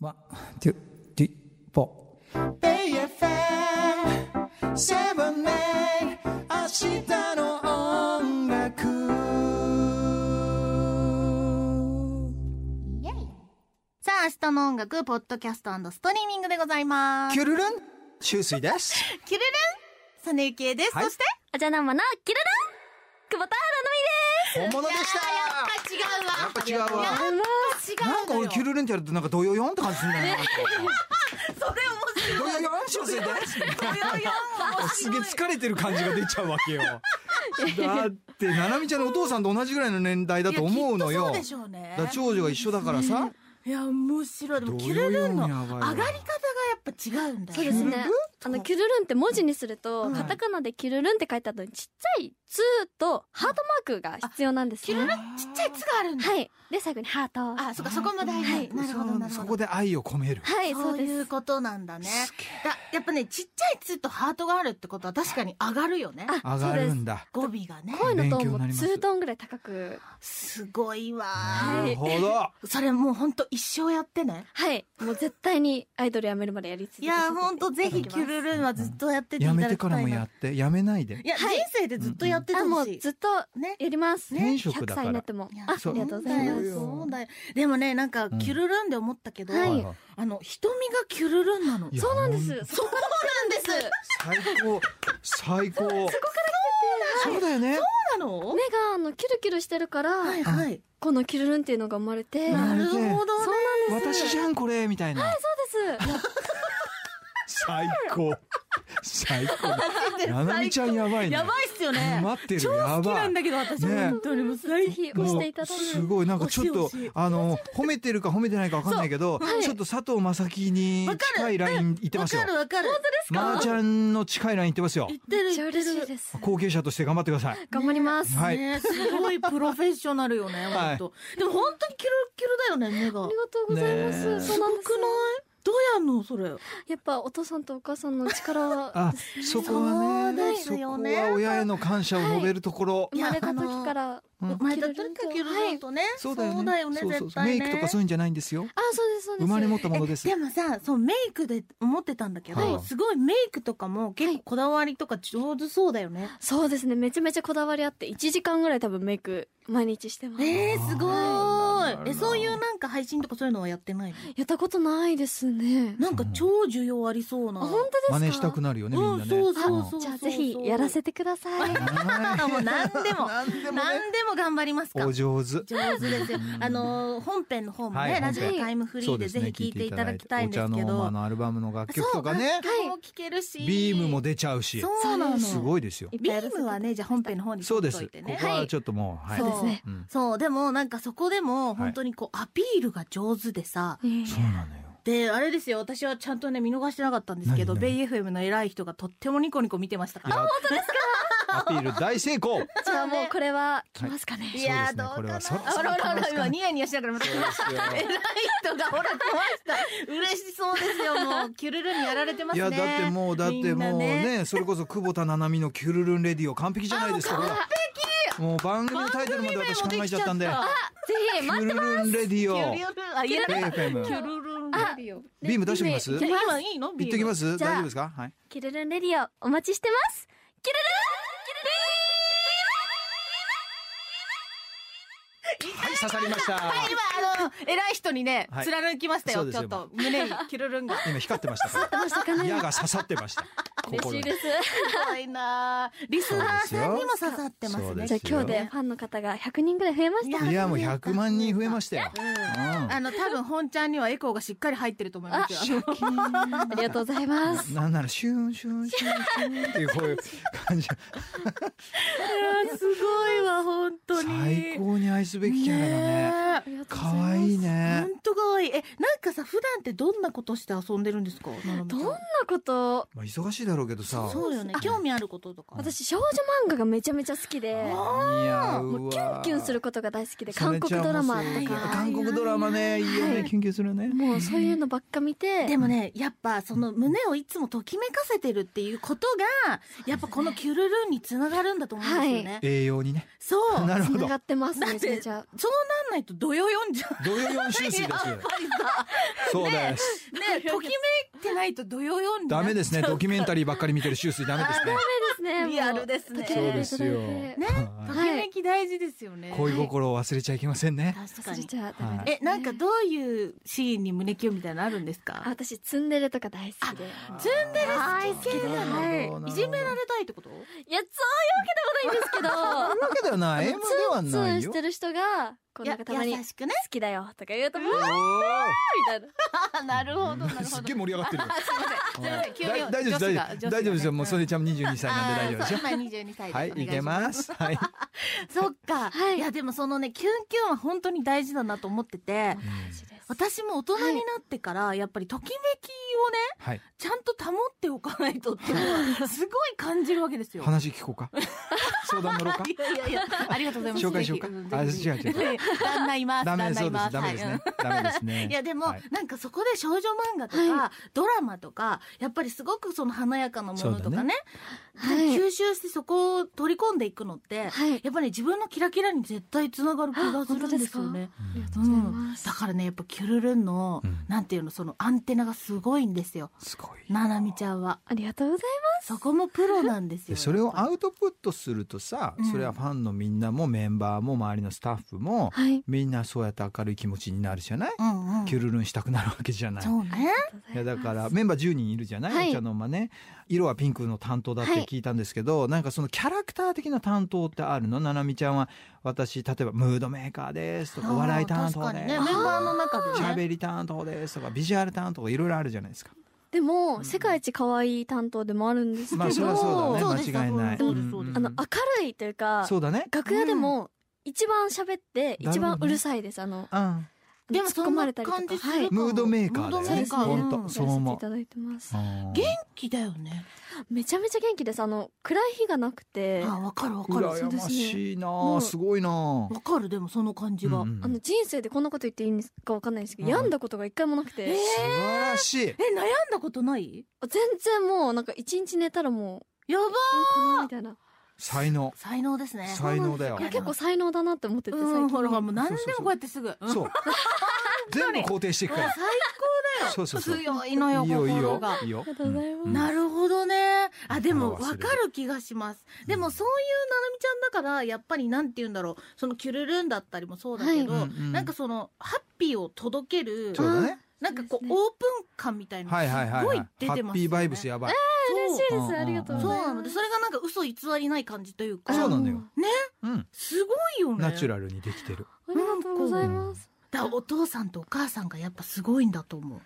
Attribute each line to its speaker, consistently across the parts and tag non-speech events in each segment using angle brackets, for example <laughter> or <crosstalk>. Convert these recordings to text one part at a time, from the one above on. Speaker 1: ワン、ツー、ティー、フォー。
Speaker 2: BFM7 年明日の音楽
Speaker 3: イエイさあ、明日の音楽、ポッドキャストストリーミングでございます。
Speaker 2: キュルルン秋水です
Speaker 3: キュルルンサネユキエです。
Speaker 2: はい
Speaker 3: そして
Speaker 4: おじゃなまな、キルルン久保田
Speaker 2: 本物でした
Speaker 3: やっぱ違うわ。
Speaker 2: やっぱ違うわ
Speaker 3: やっぱ違うのよ
Speaker 2: なんか俺キュルルンってやるとなんかドヨヨンって感じするんだよ
Speaker 3: それ面
Speaker 2: ドヨヨン秋水です
Speaker 3: 白いよ。
Speaker 2: すげえ疲れてる感じが出ちゃうわけよだってななみちゃんのお父さんと同じぐらいの年代だと思うのよ
Speaker 3: いやきっとそうでしょうね
Speaker 2: だから長女が一緒だからさ
Speaker 3: いや、面白い。でも、
Speaker 2: ど
Speaker 3: キュルルン
Speaker 2: よりも
Speaker 3: の
Speaker 2: や
Speaker 3: 上
Speaker 2: ばい
Speaker 3: がり
Speaker 2: わ
Speaker 3: 方がやっぱ違うんだよ
Speaker 4: そうですね。あの、キュルルンって文字にすると、
Speaker 3: うん
Speaker 4: カタカナでキュルルンって書いてあるのに、ちっちゃいツーとハートマークが必要なんです
Speaker 3: キ
Speaker 4: ね。
Speaker 3: ュルルン、ちっちゃい「つ」があるんだ。
Speaker 4: はい。で、最後にハート。
Speaker 3: あ、そっか、そこも大事。なるほど、なる
Speaker 2: そうそ
Speaker 3: ほど
Speaker 2: こ。で愛を込める
Speaker 4: はい、そ
Speaker 3: そうう
Speaker 4: で
Speaker 3: い
Speaker 4: す
Speaker 3: う。ことなんだね。だやっぱね、ちっちゃい「つ」とハートがあるってことは確かに上がるよね。
Speaker 2: 上
Speaker 4: あ、そう
Speaker 2: が
Speaker 4: で
Speaker 2: る
Speaker 4: す
Speaker 2: ん。だ
Speaker 3: 語尾がね。
Speaker 4: 声の
Speaker 2: 勉
Speaker 4: ト
Speaker 2: 強
Speaker 4: ー
Speaker 2: になり
Speaker 4: ンも
Speaker 2: ます
Speaker 4: ツートーンぐらい高く。
Speaker 3: すごいわ
Speaker 2: なるほど
Speaker 3: それもうほんと一生やってね。
Speaker 4: はい。もう絶対にアイドル辞めるまでやり続
Speaker 3: い
Speaker 4: けさせて
Speaker 3: やーほんとぜひキュルルンはずっとやってて
Speaker 2: <laughs>
Speaker 3: い
Speaker 2: や
Speaker 3: た
Speaker 2: め
Speaker 3: だ
Speaker 2: て
Speaker 3: き
Speaker 2: から
Speaker 3: たい
Speaker 2: も
Speaker 3: な
Speaker 2: や。ってやめないで
Speaker 3: いや、人
Speaker 4: はい
Speaker 3: 生でずっとやって
Speaker 4: あ、
Speaker 3: た
Speaker 4: も
Speaker 3: ほ
Speaker 4: う
Speaker 3: しい。
Speaker 4: ずっと
Speaker 3: ね。
Speaker 4: やります。
Speaker 2: ね転職だから
Speaker 4: 100歳になっても
Speaker 3: いや。
Speaker 4: ああ
Speaker 2: そう
Speaker 4: りがとうございま
Speaker 2: そう
Speaker 4: す。
Speaker 3: そうだよ。でもね、なんか、
Speaker 2: うん
Speaker 3: キュルルンで思ったけど、
Speaker 4: はい
Speaker 2: い
Speaker 3: あの、瞳がキュルルンなの。
Speaker 2: いや
Speaker 4: そうなんです。そう
Speaker 3: なんです。
Speaker 2: 最高最
Speaker 3: <laughs>
Speaker 2: 高そそうだよね
Speaker 3: なの
Speaker 4: <laughs> 目があのキュルキュルしてるから、
Speaker 3: はいはい。
Speaker 4: このキュルルンっていうのが生まれて。
Speaker 2: な
Speaker 3: な
Speaker 2: る
Speaker 3: る
Speaker 2: ほど
Speaker 3: ほど
Speaker 2: ね
Speaker 3: ね。
Speaker 2: 私じゃんこれみたいな
Speaker 4: そうです。
Speaker 2: 最高最
Speaker 3: <laughs>
Speaker 2: 高ななみちゃんやばいね
Speaker 3: やばいっすよね。
Speaker 2: 待ってる
Speaker 3: 超
Speaker 2: や
Speaker 3: 好き
Speaker 2: ば
Speaker 3: ないんだけど、私
Speaker 2: ね
Speaker 3: 本当にもう最
Speaker 4: ぜひ
Speaker 3: 高
Speaker 4: 押し
Speaker 2: も
Speaker 4: ていた
Speaker 2: う
Speaker 4: だいて
Speaker 2: すごいなんかちょっと
Speaker 3: 惜しい惜しい
Speaker 2: あの褒めてるか褒めてないかわかんないけど、
Speaker 4: はい
Speaker 2: ちょっと佐藤正樹に近いラインいってま
Speaker 3: わ
Speaker 2: すよ
Speaker 3: かるわかる。
Speaker 2: まーちゃんの近いラインいってますよ
Speaker 3: 言ってる
Speaker 4: めっち
Speaker 3: 言
Speaker 4: ゃ
Speaker 3: って
Speaker 4: 嬉しい
Speaker 3: る。
Speaker 4: です。
Speaker 2: 後継者として頑張ってください
Speaker 4: 頑張ります。
Speaker 2: は
Speaker 4: あ
Speaker 2: い
Speaker 3: ね、すごいプロフェッショナルよ
Speaker 2: <laughs>
Speaker 3: ね、
Speaker 2: はい
Speaker 3: 本当。でも本当にキュルキュルだよね、目が
Speaker 4: り。がとうございま
Speaker 2: ねえ
Speaker 4: す。
Speaker 3: す
Speaker 4: そうなん
Speaker 3: ご
Speaker 4: で
Speaker 3: くない
Speaker 4: す。
Speaker 3: どうやんのそれ。
Speaker 4: やっぱお父さんとお母さんの力
Speaker 2: あ
Speaker 4: は
Speaker 2: そこは
Speaker 3: そう
Speaker 2: ね
Speaker 3: で
Speaker 2: そ
Speaker 3: す
Speaker 2: こは
Speaker 3: よね
Speaker 2: 親への感謝を述べるところ、
Speaker 4: 生まれた時から。
Speaker 2: うん
Speaker 3: 生まれた時からキュルルンとね。
Speaker 2: そうだよねそうそう
Speaker 3: 絶対ね。
Speaker 2: メイクとかそういうんじゃないんですよ
Speaker 4: あ、そうです、そうです。
Speaker 2: 生まれ持ったものです
Speaker 3: でもさ、そうメイクで思ってたんだけど、
Speaker 2: はい
Speaker 3: すごいメイクとかも結構こだわりとか上手そうだよね。
Speaker 4: そうですね。めちゃめちゃこだわりあって、1時間ぐらい多分メイク毎日してます。
Speaker 3: えー、すご
Speaker 2: はい
Speaker 3: ーい。え、そういうなんか配信とかそういうのはやってないの
Speaker 4: やったことないですね。
Speaker 3: なんか超需要ありそうな。
Speaker 4: あ、本当ですか
Speaker 2: 真似したくなるよねみん
Speaker 3: う、
Speaker 2: なんね
Speaker 3: そうそうそうそう。
Speaker 4: じゃあぜひやらせてください。
Speaker 2: はい
Speaker 3: もう何でも
Speaker 2: <laughs> 何でもね
Speaker 3: 何でも頑張りますか
Speaker 2: お上手
Speaker 3: 上手ですよ
Speaker 2: う。ん
Speaker 3: あのー本編の方もね、
Speaker 2: はい
Speaker 3: ラジオ
Speaker 4: 本編
Speaker 3: タイムフリーでぜひ聞いていただきたいんです
Speaker 2: お茶
Speaker 3: け
Speaker 2: の間
Speaker 3: ど。
Speaker 2: のアルバムの楽曲とかね
Speaker 3: そう楽曲も聞けるし、
Speaker 2: ビームも出ちゃうし
Speaker 3: そうなの。
Speaker 2: すごいですよ
Speaker 4: いっ
Speaker 3: ビ
Speaker 4: ぱいやらせ
Speaker 3: ー
Speaker 4: て
Speaker 3: ムはね、じゃあ本編の方に
Speaker 2: そうで
Speaker 3: 聞い
Speaker 2: す
Speaker 3: とい
Speaker 2: こ
Speaker 3: てね。
Speaker 2: こはちょっともうはい
Speaker 4: そうですね
Speaker 2: うん
Speaker 3: そう、でもなんかそこでも本当にこうアピールが上手でさ、
Speaker 4: いえいえ
Speaker 2: そうなのよ
Speaker 3: で、あれですよ、私はちゃんとね、見逃してなかったんですけど、
Speaker 2: 何何
Speaker 3: ベイ FM の偉い人がとってもニコニコ見てましたから。
Speaker 2: 本当ですかアピール大成功
Speaker 4: じゃあもうこれは来ますかね。
Speaker 3: いや
Speaker 2: そうです
Speaker 3: ー、
Speaker 2: ね
Speaker 3: どう
Speaker 2: こ
Speaker 3: か
Speaker 2: れは
Speaker 3: な。
Speaker 2: そ
Speaker 3: あほらほらほら、今ニヤニヤしながらまた来ました。偉い人がほら来ました。嬉しそうですよ、もう。キュルルにやられてま
Speaker 2: い
Speaker 3: すね。
Speaker 2: やだってもうだっ
Speaker 3: み
Speaker 2: て
Speaker 3: んな
Speaker 2: もうねそれこそ久保田七海のキュルルンレディオ完璧じゃないですか完璧もう番組のタイトルまで私考えちゃったんで
Speaker 4: ぜ
Speaker 2: キュルルンレディ
Speaker 3: キュ
Speaker 2: オ
Speaker 3: ルル、あ、い
Speaker 2: ベイ
Speaker 3: や、
Speaker 2: フェム
Speaker 3: キュルルンレディオ。
Speaker 4: ひ。
Speaker 2: ビーム出してきます
Speaker 4: ビーム
Speaker 3: え今いいの。
Speaker 2: 行ってきますす
Speaker 4: じゃあ
Speaker 2: 大丈夫ですかはい
Speaker 4: キルルンレディオお待ちしてますキルル
Speaker 2: はい刺さりました
Speaker 3: 今、あの、偉い人にね
Speaker 2: は、い
Speaker 3: 貫きました
Speaker 2: そうで
Speaker 3: よ、
Speaker 2: すよ
Speaker 3: ちょっと。胸に、キュルルンが。
Speaker 2: 今光ってましたか
Speaker 4: ンどうしたからね
Speaker 2: 矢が刺さってました
Speaker 4: 嬉し
Speaker 2: 心
Speaker 4: い
Speaker 2: に
Speaker 4: です
Speaker 3: すごいなーリスナーさんにも刺さってま
Speaker 2: そ
Speaker 3: す
Speaker 2: うで
Speaker 3: ね。
Speaker 2: す
Speaker 4: じ
Speaker 2: よ
Speaker 4: ゃあ今日でファンの方が100人ぐらい増えました
Speaker 2: いやもう100万人増えましたよ
Speaker 3: うん
Speaker 2: うん
Speaker 3: あの、多分、本ちゃんにはエコーがしっかり入ってると思いますよ。
Speaker 4: ありがとうございます
Speaker 2: なんならシュンシュンシュンシュンっていうこういう感じ
Speaker 3: いやすごいわ、本当に。
Speaker 2: 最高に愛すべきキャラだね
Speaker 3: ねえ
Speaker 2: 可愛いね
Speaker 3: 本当可愛い。え、なんかさ、普段ってどんなことして遊んでるんですか
Speaker 4: どんなこと
Speaker 2: まあ忙しいだろうけどさ
Speaker 3: そうよね興味あることとか
Speaker 4: 私少女漫画がめちゃめちゃ好きで
Speaker 2: 似合うわ
Speaker 4: もうキュンキュンすることが大好きで
Speaker 2: それ
Speaker 4: 韓
Speaker 2: ちゃ
Speaker 4: 国
Speaker 2: ん
Speaker 4: ドラマと
Speaker 2: もそういいよ
Speaker 4: か
Speaker 2: 韓国ドラマねいいよ
Speaker 4: は
Speaker 2: ね
Speaker 4: い
Speaker 2: キュンキュンするね
Speaker 4: もうそういうのばっか見て
Speaker 3: でもねやっぱその胸をいつもときめかせてるっていうことがやっぱこのキュルルンにつながるんだと思うんですよね、
Speaker 2: 栄養にね
Speaker 3: そうそう
Speaker 2: な
Speaker 3: な
Speaker 2: るほ
Speaker 4: 繋
Speaker 2: ど
Speaker 4: がってます
Speaker 3: だって
Speaker 4: めちゃめちゃ
Speaker 3: んないとどよよんじゃん
Speaker 2: 土曜四週水ですよそうです
Speaker 3: ねとき
Speaker 4: <laughs>
Speaker 3: めいてないとどよよんになっ
Speaker 2: ダメですね
Speaker 3: ちゃう
Speaker 2: ドキュメンタリーばっかり見てる週水ダメですね
Speaker 4: ですねもう
Speaker 3: リアルですね
Speaker 4: 時々いただいて
Speaker 2: そうですよ
Speaker 3: ね
Speaker 2: は
Speaker 3: と
Speaker 4: は
Speaker 3: きめき大事ですよね
Speaker 2: い恋心を忘れちゃいけませんね
Speaker 3: 確か
Speaker 4: 忘れ
Speaker 3: に
Speaker 4: ちゃダメですね
Speaker 3: えなんかどういうシーンに胸キュンみたいなのあるんです
Speaker 4: あ
Speaker 3: か
Speaker 4: 私ツンデレとか大好きで
Speaker 3: ツンデレ
Speaker 4: 大
Speaker 3: 好
Speaker 4: 好
Speaker 3: き系
Speaker 4: きです
Speaker 3: なの
Speaker 4: はい
Speaker 2: なるほど
Speaker 3: いじめられたいってこと
Speaker 4: いやそういうわけではない
Speaker 2: <laughs>
Speaker 4: ん
Speaker 2: そんなわけではない
Speaker 4: ですけど
Speaker 2: M で
Speaker 4: ツン
Speaker 2: はな
Speaker 4: ツン
Speaker 2: い
Speaker 4: し
Speaker 2: よ
Speaker 4: てる人がこう
Speaker 3: いや
Speaker 4: なんかたまに「
Speaker 3: 優
Speaker 4: 好
Speaker 3: しくね
Speaker 4: きだよ」とか言うと「う
Speaker 2: お
Speaker 4: わー!」みたいな
Speaker 3: <laughs> あなるほどなるほ
Speaker 2: ー
Speaker 3: ど
Speaker 2: すっげえ盛り上がってるよ
Speaker 3: すいません急に
Speaker 2: 大大丈夫です
Speaker 3: 女子
Speaker 2: 大
Speaker 3: が
Speaker 2: 丈
Speaker 3: 女子
Speaker 2: 夫
Speaker 3: が
Speaker 2: 大丈夫ですよもうそれちゃんも22歳なんで大丈夫ですよ
Speaker 3: あーそう今22歳で
Speaker 2: はい
Speaker 3: お願
Speaker 2: いけ
Speaker 3: し
Speaker 2: ますはい
Speaker 3: そっか、、
Speaker 4: はいい
Speaker 3: やでもそのねキュンキュンは本当に大事だなと思ってて
Speaker 4: 感じです
Speaker 3: 私も大人になってからやっぱりときめきをね
Speaker 2: はい
Speaker 3: ちゃんと保っておかないとっていうの
Speaker 4: <laughs>
Speaker 3: はすごい感じるわけですよ。
Speaker 2: 話聞こう
Speaker 3: <laughs>
Speaker 2: か相談乗ろうか
Speaker 3: いやいやいやありがとうございます。
Speaker 2: 紹介しようか
Speaker 3: ぜひ
Speaker 2: あ
Speaker 3: ぜひ
Speaker 2: 違う違
Speaker 3: 旦那います。
Speaker 2: ダメ
Speaker 3: 旦那
Speaker 2: そ
Speaker 3: い
Speaker 2: で
Speaker 3: うますす。
Speaker 2: ダメです
Speaker 3: は
Speaker 2: ね
Speaker 3: い
Speaker 2: ダメですね
Speaker 3: いやでも、
Speaker 2: はい
Speaker 3: なんかそこで少女漫画とか、
Speaker 4: は
Speaker 3: ドラマとかやっぱりすごくその華やかなものと
Speaker 2: そう
Speaker 3: か
Speaker 2: だ
Speaker 3: ね
Speaker 2: ね
Speaker 4: はい
Speaker 3: 吸収してそこを取り込んでいくのって、
Speaker 4: はい
Speaker 3: やっぱり自分のキラキラに絶対つながる気がするんですよね。
Speaker 4: ありがと
Speaker 3: う
Speaker 4: うござい
Speaker 3: ん
Speaker 4: ま、す
Speaker 3: だからねやっぱキュルルンの、
Speaker 2: うん
Speaker 3: なんていうのそのアンテナがすごいんですよ
Speaker 2: すごい
Speaker 3: ななみちゃんは
Speaker 4: ありがとうござい
Speaker 3: そこもプロなんです
Speaker 2: で
Speaker 3: よ
Speaker 2: それをア
Speaker 3: う
Speaker 2: ウトプットするとさ、
Speaker 3: うん
Speaker 2: それはファンのみんなもメンバーも周りのスタッフも
Speaker 4: ますはい
Speaker 2: みんなそうやって明るい気持ちになるじゃない、
Speaker 3: うんうん
Speaker 2: キュルルンしたくなるわけじゃない。
Speaker 3: そうね
Speaker 4: ありがとうございます
Speaker 2: いやだからメンバー10人いるじゃない、
Speaker 4: はい
Speaker 2: お茶の間ね色はピンクの担当だって聞いたんですけど、なんかそのキャラクター的な担当ってあるのななみちゃんは私例えばムードメーカーですとかお笑い担
Speaker 3: あー
Speaker 2: 当
Speaker 3: 確か
Speaker 2: で
Speaker 3: に
Speaker 2: す
Speaker 3: ねメン
Speaker 2: と
Speaker 3: バ
Speaker 2: か
Speaker 3: ーの中でね
Speaker 2: 喋り担当ですとかビジュアル担当とかいろいろあるじゃない
Speaker 3: <laughs>
Speaker 2: ですか。
Speaker 4: でも、世界一可愛い担当でもあるんですけど、
Speaker 2: まあそれは
Speaker 3: そ
Speaker 2: そうう
Speaker 3: で
Speaker 2: だ
Speaker 3: す
Speaker 2: ね間違いない。
Speaker 3: そう
Speaker 2: う
Speaker 3: です
Speaker 2: ん
Speaker 3: そうです
Speaker 4: あの明るいというか
Speaker 2: そうだね。
Speaker 4: 楽屋でも一番喋って
Speaker 2: なるほどね
Speaker 4: 一番うるさいです、あの
Speaker 2: うん。
Speaker 3: でも
Speaker 4: 突っ込まれたりとか
Speaker 3: そんな感じする
Speaker 4: はい
Speaker 3: 元
Speaker 2: ムードメーカーだよ
Speaker 4: ムードメ
Speaker 2: ね。
Speaker 4: ーカー
Speaker 2: 本
Speaker 3: うん
Speaker 2: 当そう
Speaker 4: やらせて
Speaker 2: 思。
Speaker 4: いうただいてます
Speaker 2: 元
Speaker 3: 元気だよね
Speaker 4: めちゃめちゃ元気ですあの暗い日がなくて
Speaker 3: あ
Speaker 4: あ
Speaker 3: わかるわかる
Speaker 2: 羨ましいな
Speaker 4: も
Speaker 2: あ
Speaker 4: う
Speaker 2: すごいなあ
Speaker 3: わかるでもその感じ
Speaker 2: うん
Speaker 3: が、
Speaker 2: うん
Speaker 4: の人生でこんなこと言っていいんですかわかんないんですけど、
Speaker 2: うん
Speaker 4: 病んだことが一回もなくて、
Speaker 3: え
Speaker 2: 素晴らしい
Speaker 3: え悩んだことない
Speaker 4: 全然もうなんか一日寝たらもう
Speaker 3: やばー
Speaker 4: うんかなみたいな
Speaker 2: 才能
Speaker 3: 才能ですね
Speaker 2: 才能だよ
Speaker 4: いや結構才能だなって思ってて最近、
Speaker 3: うんほらほらもう何でもこうやってすぐうん
Speaker 2: そう
Speaker 3: <laughs>
Speaker 2: 全部肯定していくから
Speaker 3: 最高だよ
Speaker 2: そうそうそうい
Speaker 3: 強いの
Speaker 2: いよ
Speaker 3: よ
Speaker 2: いい
Speaker 3: 心
Speaker 2: よ
Speaker 3: が
Speaker 2: いいよ
Speaker 4: ありがとうございます、
Speaker 2: うん
Speaker 3: なるほどねあでも
Speaker 2: 心は忘
Speaker 3: わ
Speaker 2: れる
Speaker 3: かる気がしますでもそういうななみちゃんだからやっぱりなんて言うんだろうそのキュルルンだったりもそうだけど、
Speaker 2: はいうんうん
Speaker 3: なんかそのハッピーを届ける
Speaker 2: そうだね
Speaker 3: なんかこう
Speaker 4: そうですね
Speaker 3: オープン感みたいなの
Speaker 2: はいはいは
Speaker 3: す
Speaker 2: い
Speaker 3: ご
Speaker 2: はい
Speaker 3: い
Speaker 2: ハ
Speaker 3: 出て
Speaker 2: ッ
Speaker 3: ますよね
Speaker 2: ピーバイブスやばい
Speaker 4: 嬉しいです、
Speaker 2: うん
Speaker 4: ありがとうご
Speaker 3: そう
Speaker 4: ざい
Speaker 3: そう
Speaker 4: ます
Speaker 3: なのでそれがなんか嘘偽りない感じというか
Speaker 2: そうなのよ
Speaker 4: ね
Speaker 2: うん
Speaker 3: すごいよね
Speaker 2: ナチュラルにできてる
Speaker 4: ありがとうございます
Speaker 3: だからお父さんとお母さんがやっぱすごいんだと思う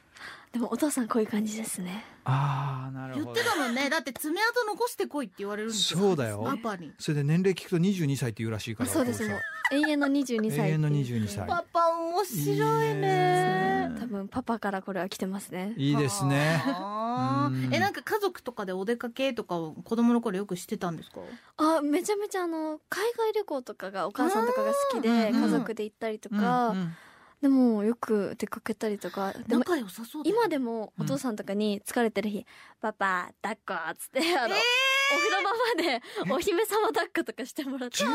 Speaker 4: でもお父さんこういう感じですね
Speaker 2: ああなる
Speaker 3: 言
Speaker 2: ほ
Speaker 3: っ
Speaker 2: ど
Speaker 3: てたもんねだって爪痕残してこいって言われるんですよ
Speaker 2: そうだよ
Speaker 3: パパに
Speaker 2: それで年齢聞くと22歳って言うらしいから
Speaker 4: そうです
Speaker 2: お父
Speaker 4: も
Speaker 2: さん
Speaker 4: う永遠の22歳
Speaker 2: 永遠の22歳
Speaker 3: パパ面白い
Speaker 2: いい
Speaker 3: ね
Speaker 2: ね
Speaker 4: 多分パパからこれは来てますね
Speaker 2: いいですね
Speaker 3: あー
Speaker 2: うん
Speaker 3: えなんか家族とかでお出かけとかを子供の頃よくしてたんですか
Speaker 4: あめちゃめちゃあの海外旅行とかがお母さんとかが好きで
Speaker 2: うんうん
Speaker 4: 家族で行ったりと
Speaker 2: うんう
Speaker 4: か
Speaker 2: ん
Speaker 4: でもよく出かけたりとかでも
Speaker 3: 仲良さそうだよ
Speaker 4: 今でもお父さんとかに疲れてる日「パパ抱っこ」っつってあの、お風呂場までお姫様抱っことかしてもらって
Speaker 2: 19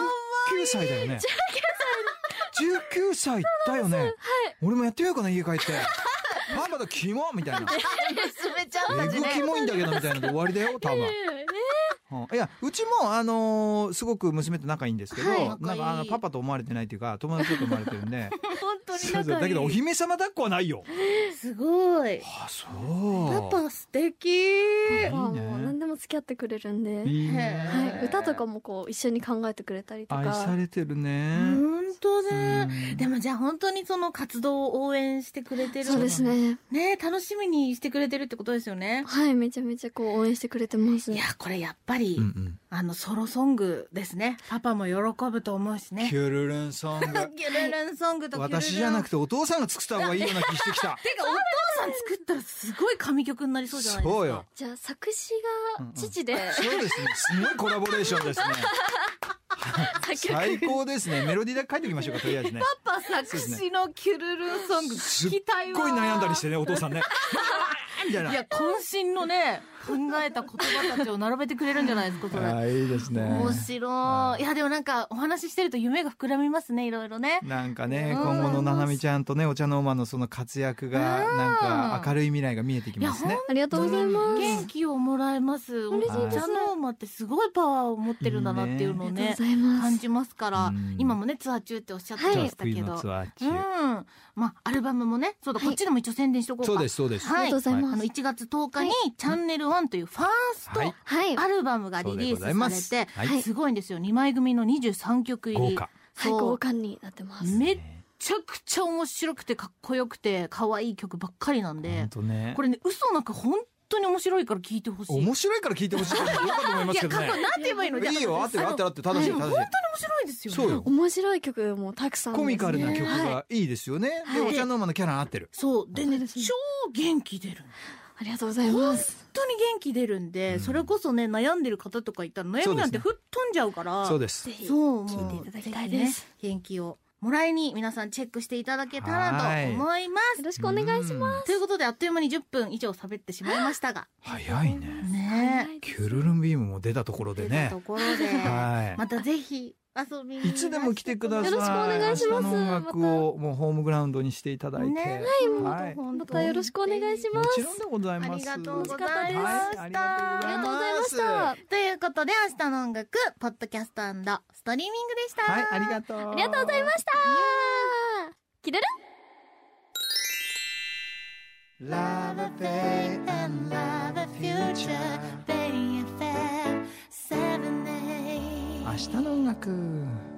Speaker 2: 歳だよね。19歳。だよね。俺もやってみようかな、家帰って。パパとキモみ
Speaker 3: <laughs>
Speaker 2: たいな。
Speaker 3: 娘ちゃん
Speaker 2: え
Speaker 3: たち
Speaker 2: ぐキ
Speaker 3: ね
Speaker 2: モいんだけど、みたいなので終わりだよ、多
Speaker 4: え
Speaker 2: 分。
Speaker 4: え
Speaker 2: うんいや、うちも、あのーすごく娘と仲いいんですけど、
Speaker 4: はい
Speaker 2: なん
Speaker 3: 仲いい
Speaker 2: か、あの、パパと思われてないというか、友達だと思われてるん
Speaker 3: <laughs>
Speaker 2: で。
Speaker 3: 本当に
Speaker 2: そうそう。
Speaker 3: 仲
Speaker 2: だ
Speaker 3: いい
Speaker 2: けど、お姫様抱っこはないよ。
Speaker 3: すごい
Speaker 2: あ、そう。
Speaker 3: パパ素敵
Speaker 2: いいね
Speaker 4: パパはもう何でも付き合ってくれるんで、
Speaker 2: いい
Speaker 3: へ
Speaker 2: ね。
Speaker 4: はい、歌とかもこう一緒に考えてくれたりと
Speaker 2: 愛
Speaker 4: か
Speaker 2: されてるね。
Speaker 3: 本当ね
Speaker 2: うん
Speaker 3: でもじゃあ本当にその活動を応援してくれてる
Speaker 4: そうですね
Speaker 3: ね楽しみにしてくれてるってことですよね
Speaker 4: はいめちゃめちゃこう応援してくれてます
Speaker 3: いやこれやっぱり、
Speaker 2: うんうん。
Speaker 3: あのソロソングですねパパも喜ぶと思うしね
Speaker 2: キュルル
Speaker 3: <laughs>
Speaker 2: ンソング。
Speaker 3: キュルルンソングとキュルルン
Speaker 2: 私じゃなくてお父さんが作った方がいいような気してきた。
Speaker 3: てかお父さん作ったらすごい神曲になり <laughs> そうじゃないですか。
Speaker 2: そうよ。
Speaker 4: じゃあ作詞
Speaker 2: うんう
Speaker 4: が
Speaker 2: ん
Speaker 4: 父で、
Speaker 2: そうですね。すごいコラボレーションです
Speaker 3: <laughs>
Speaker 2: ね。
Speaker 4: 作曲
Speaker 2: 最高ですね。メロディーだけ書いておきましょうか、とりあえずね。
Speaker 3: パパ作詞のキュルルンソング
Speaker 2: す
Speaker 3: 聞
Speaker 2: っ
Speaker 3: きたいわ。
Speaker 2: ごい悩んだりしてね、お父
Speaker 3: <laughs>
Speaker 2: さんね。みたいな。
Speaker 3: いや、渾身のね、考えた言葉たちを並べてくれるんじゃないですか、それ。
Speaker 2: あいいですね。
Speaker 3: 面白い。いや、でもなんか、お話ししてると夢が膨らみますね、いろいろね。
Speaker 2: なんかね、
Speaker 3: うん
Speaker 2: 今後のななみちゃんとね、お茶の間のその活躍が、
Speaker 3: うん
Speaker 2: なんか明るい未来が見えてきます
Speaker 3: いや
Speaker 2: ね。
Speaker 4: ありがとうございます。
Speaker 3: 元気をもらえます。お
Speaker 4: 嬉
Speaker 2: しいです
Speaker 3: 茶の馬ってすごいパワーを持ってるんだなっていうのを
Speaker 4: ありが
Speaker 3: ね
Speaker 4: と、うございま
Speaker 3: 感
Speaker 4: す。
Speaker 3: じますから
Speaker 2: うん、
Speaker 3: 今もね、ツアー中っておっしゃってま
Speaker 4: は
Speaker 2: じゃあ
Speaker 4: い
Speaker 3: した
Speaker 2: 福
Speaker 3: け
Speaker 2: 井の
Speaker 3: ど。
Speaker 2: ツアー
Speaker 3: うん
Speaker 2: 中。。
Speaker 3: まあ、アルバムもね、そうだ、
Speaker 4: はい
Speaker 3: こっちでも一応宣伝しとこうか。
Speaker 2: そうです、そうです。
Speaker 4: あ
Speaker 3: は
Speaker 4: り
Speaker 3: い
Speaker 4: がとうござい
Speaker 3: あ
Speaker 4: ま
Speaker 3: の、
Speaker 4: す。
Speaker 3: 1月10日に、チャンネル1というファース
Speaker 2: はい
Speaker 3: ト
Speaker 4: はい。
Speaker 3: アルバムが
Speaker 2: そう
Speaker 3: リ
Speaker 2: で
Speaker 3: リ
Speaker 2: ご
Speaker 3: ー
Speaker 2: ざいま
Speaker 3: ス
Speaker 2: す
Speaker 3: されて、
Speaker 2: はい
Speaker 3: すごいんですよ。2枚組の23曲入
Speaker 2: 豪
Speaker 3: り。
Speaker 2: 華。
Speaker 4: 最
Speaker 3: そう
Speaker 4: 高感になってます。
Speaker 3: めっちゃくちゃ面白くて、かっこよくて、可愛い曲ばっかりなん
Speaker 2: 本
Speaker 3: で、
Speaker 2: 当ね。
Speaker 3: これね、嘘なく本当に面白いから聴いてほしい。
Speaker 2: 面白いから聞いてほしい。よかと思いま
Speaker 3: い
Speaker 2: す
Speaker 3: や、
Speaker 2: けど
Speaker 3: 過
Speaker 2: ね
Speaker 3: 去。なんて言えばいいの
Speaker 2: いいよ、合ってる、合ってる、合ってる、
Speaker 3: あの
Speaker 2: 正しい、
Speaker 3: でも
Speaker 2: 正し
Speaker 3: 本当に面白いです
Speaker 2: い。
Speaker 3: よね。
Speaker 2: そうよ。
Speaker 4: 面白い曲もたくさんある
Speaker 2: コ
Speaker 4: んで
Speaker 2: ミ
Speaker 4: すね。
Speaker 2: カルな曲
Speaker 4: はい。
Speaker 2: がいいですよね。
Speaker 4: は
Speaker 2: で、
Speaker 4: い
Speaker 2: お茶の間のキャラ合ってる。
Speaker 3: そう。でね、
Speaker 4: そうですね
Speaker 3: 超元気出る。
Speaker 4: ありがとうございます。
Speaker 3: 本当に元気出るんで、
Speaker 2: うん
Speaker 3: それこそね、悩んでる方とかいたら、悩みなんて吹っ飛んじゃうから。
Speaker 2: そうです
Speaker 4: ぜ。ひ。
Speaker 3: そう、もう。
Speaker 4: 聞いていただきたいです
Speaker 3: ぜひね元気をもらいに皆さんチェックしていただけたらと思いま
Speaker 4: よ
Speaker 3: す。
Speaker 4: ろしくお願いします。
Speaker 2: す。
Speaker 3: ということで、あっという間に10分以上喋ってしまいましたが。
Speaker 2: 早いね。
Speaker 3: ねえ。
Speaker 2: キュルルンビームも出たところで
Speaker 3: という
Speaker 2: ね
Speaker 3: と。ころで、
Speaker 2: はい。
Speaker 3: またぜひ遊びに
Speaker 2: いつでも来てください。
Speaker 4: よろしくお願いしま
Speaker 2: 明日
Speaker 4: す
Speaker 2: の音楽をもうホームグラウンドにしていただいて。
Speaker 3: ね
Speaker 2: はい
Speaker 3: もう
Speaker 4: またよろしくお願いしま
Speaker 2: も
Speaker 4: す。
Speaker 2: ちろんでございます。
Speaker 3: ありがとうございました
Speaker 2: はいあ
Speaker 4: ありがとうございまし
Speaker 2: す
Speaker 4: た。あ
Speaker 3: ということで、明日の音楽、ポッドキャストストリーミングでした。
Speaker 2: はい、ありがとう。
Speaker 4: りがとうございました。キルル
Speaker 2: す。ラブペイ and love a future 明日の音楽。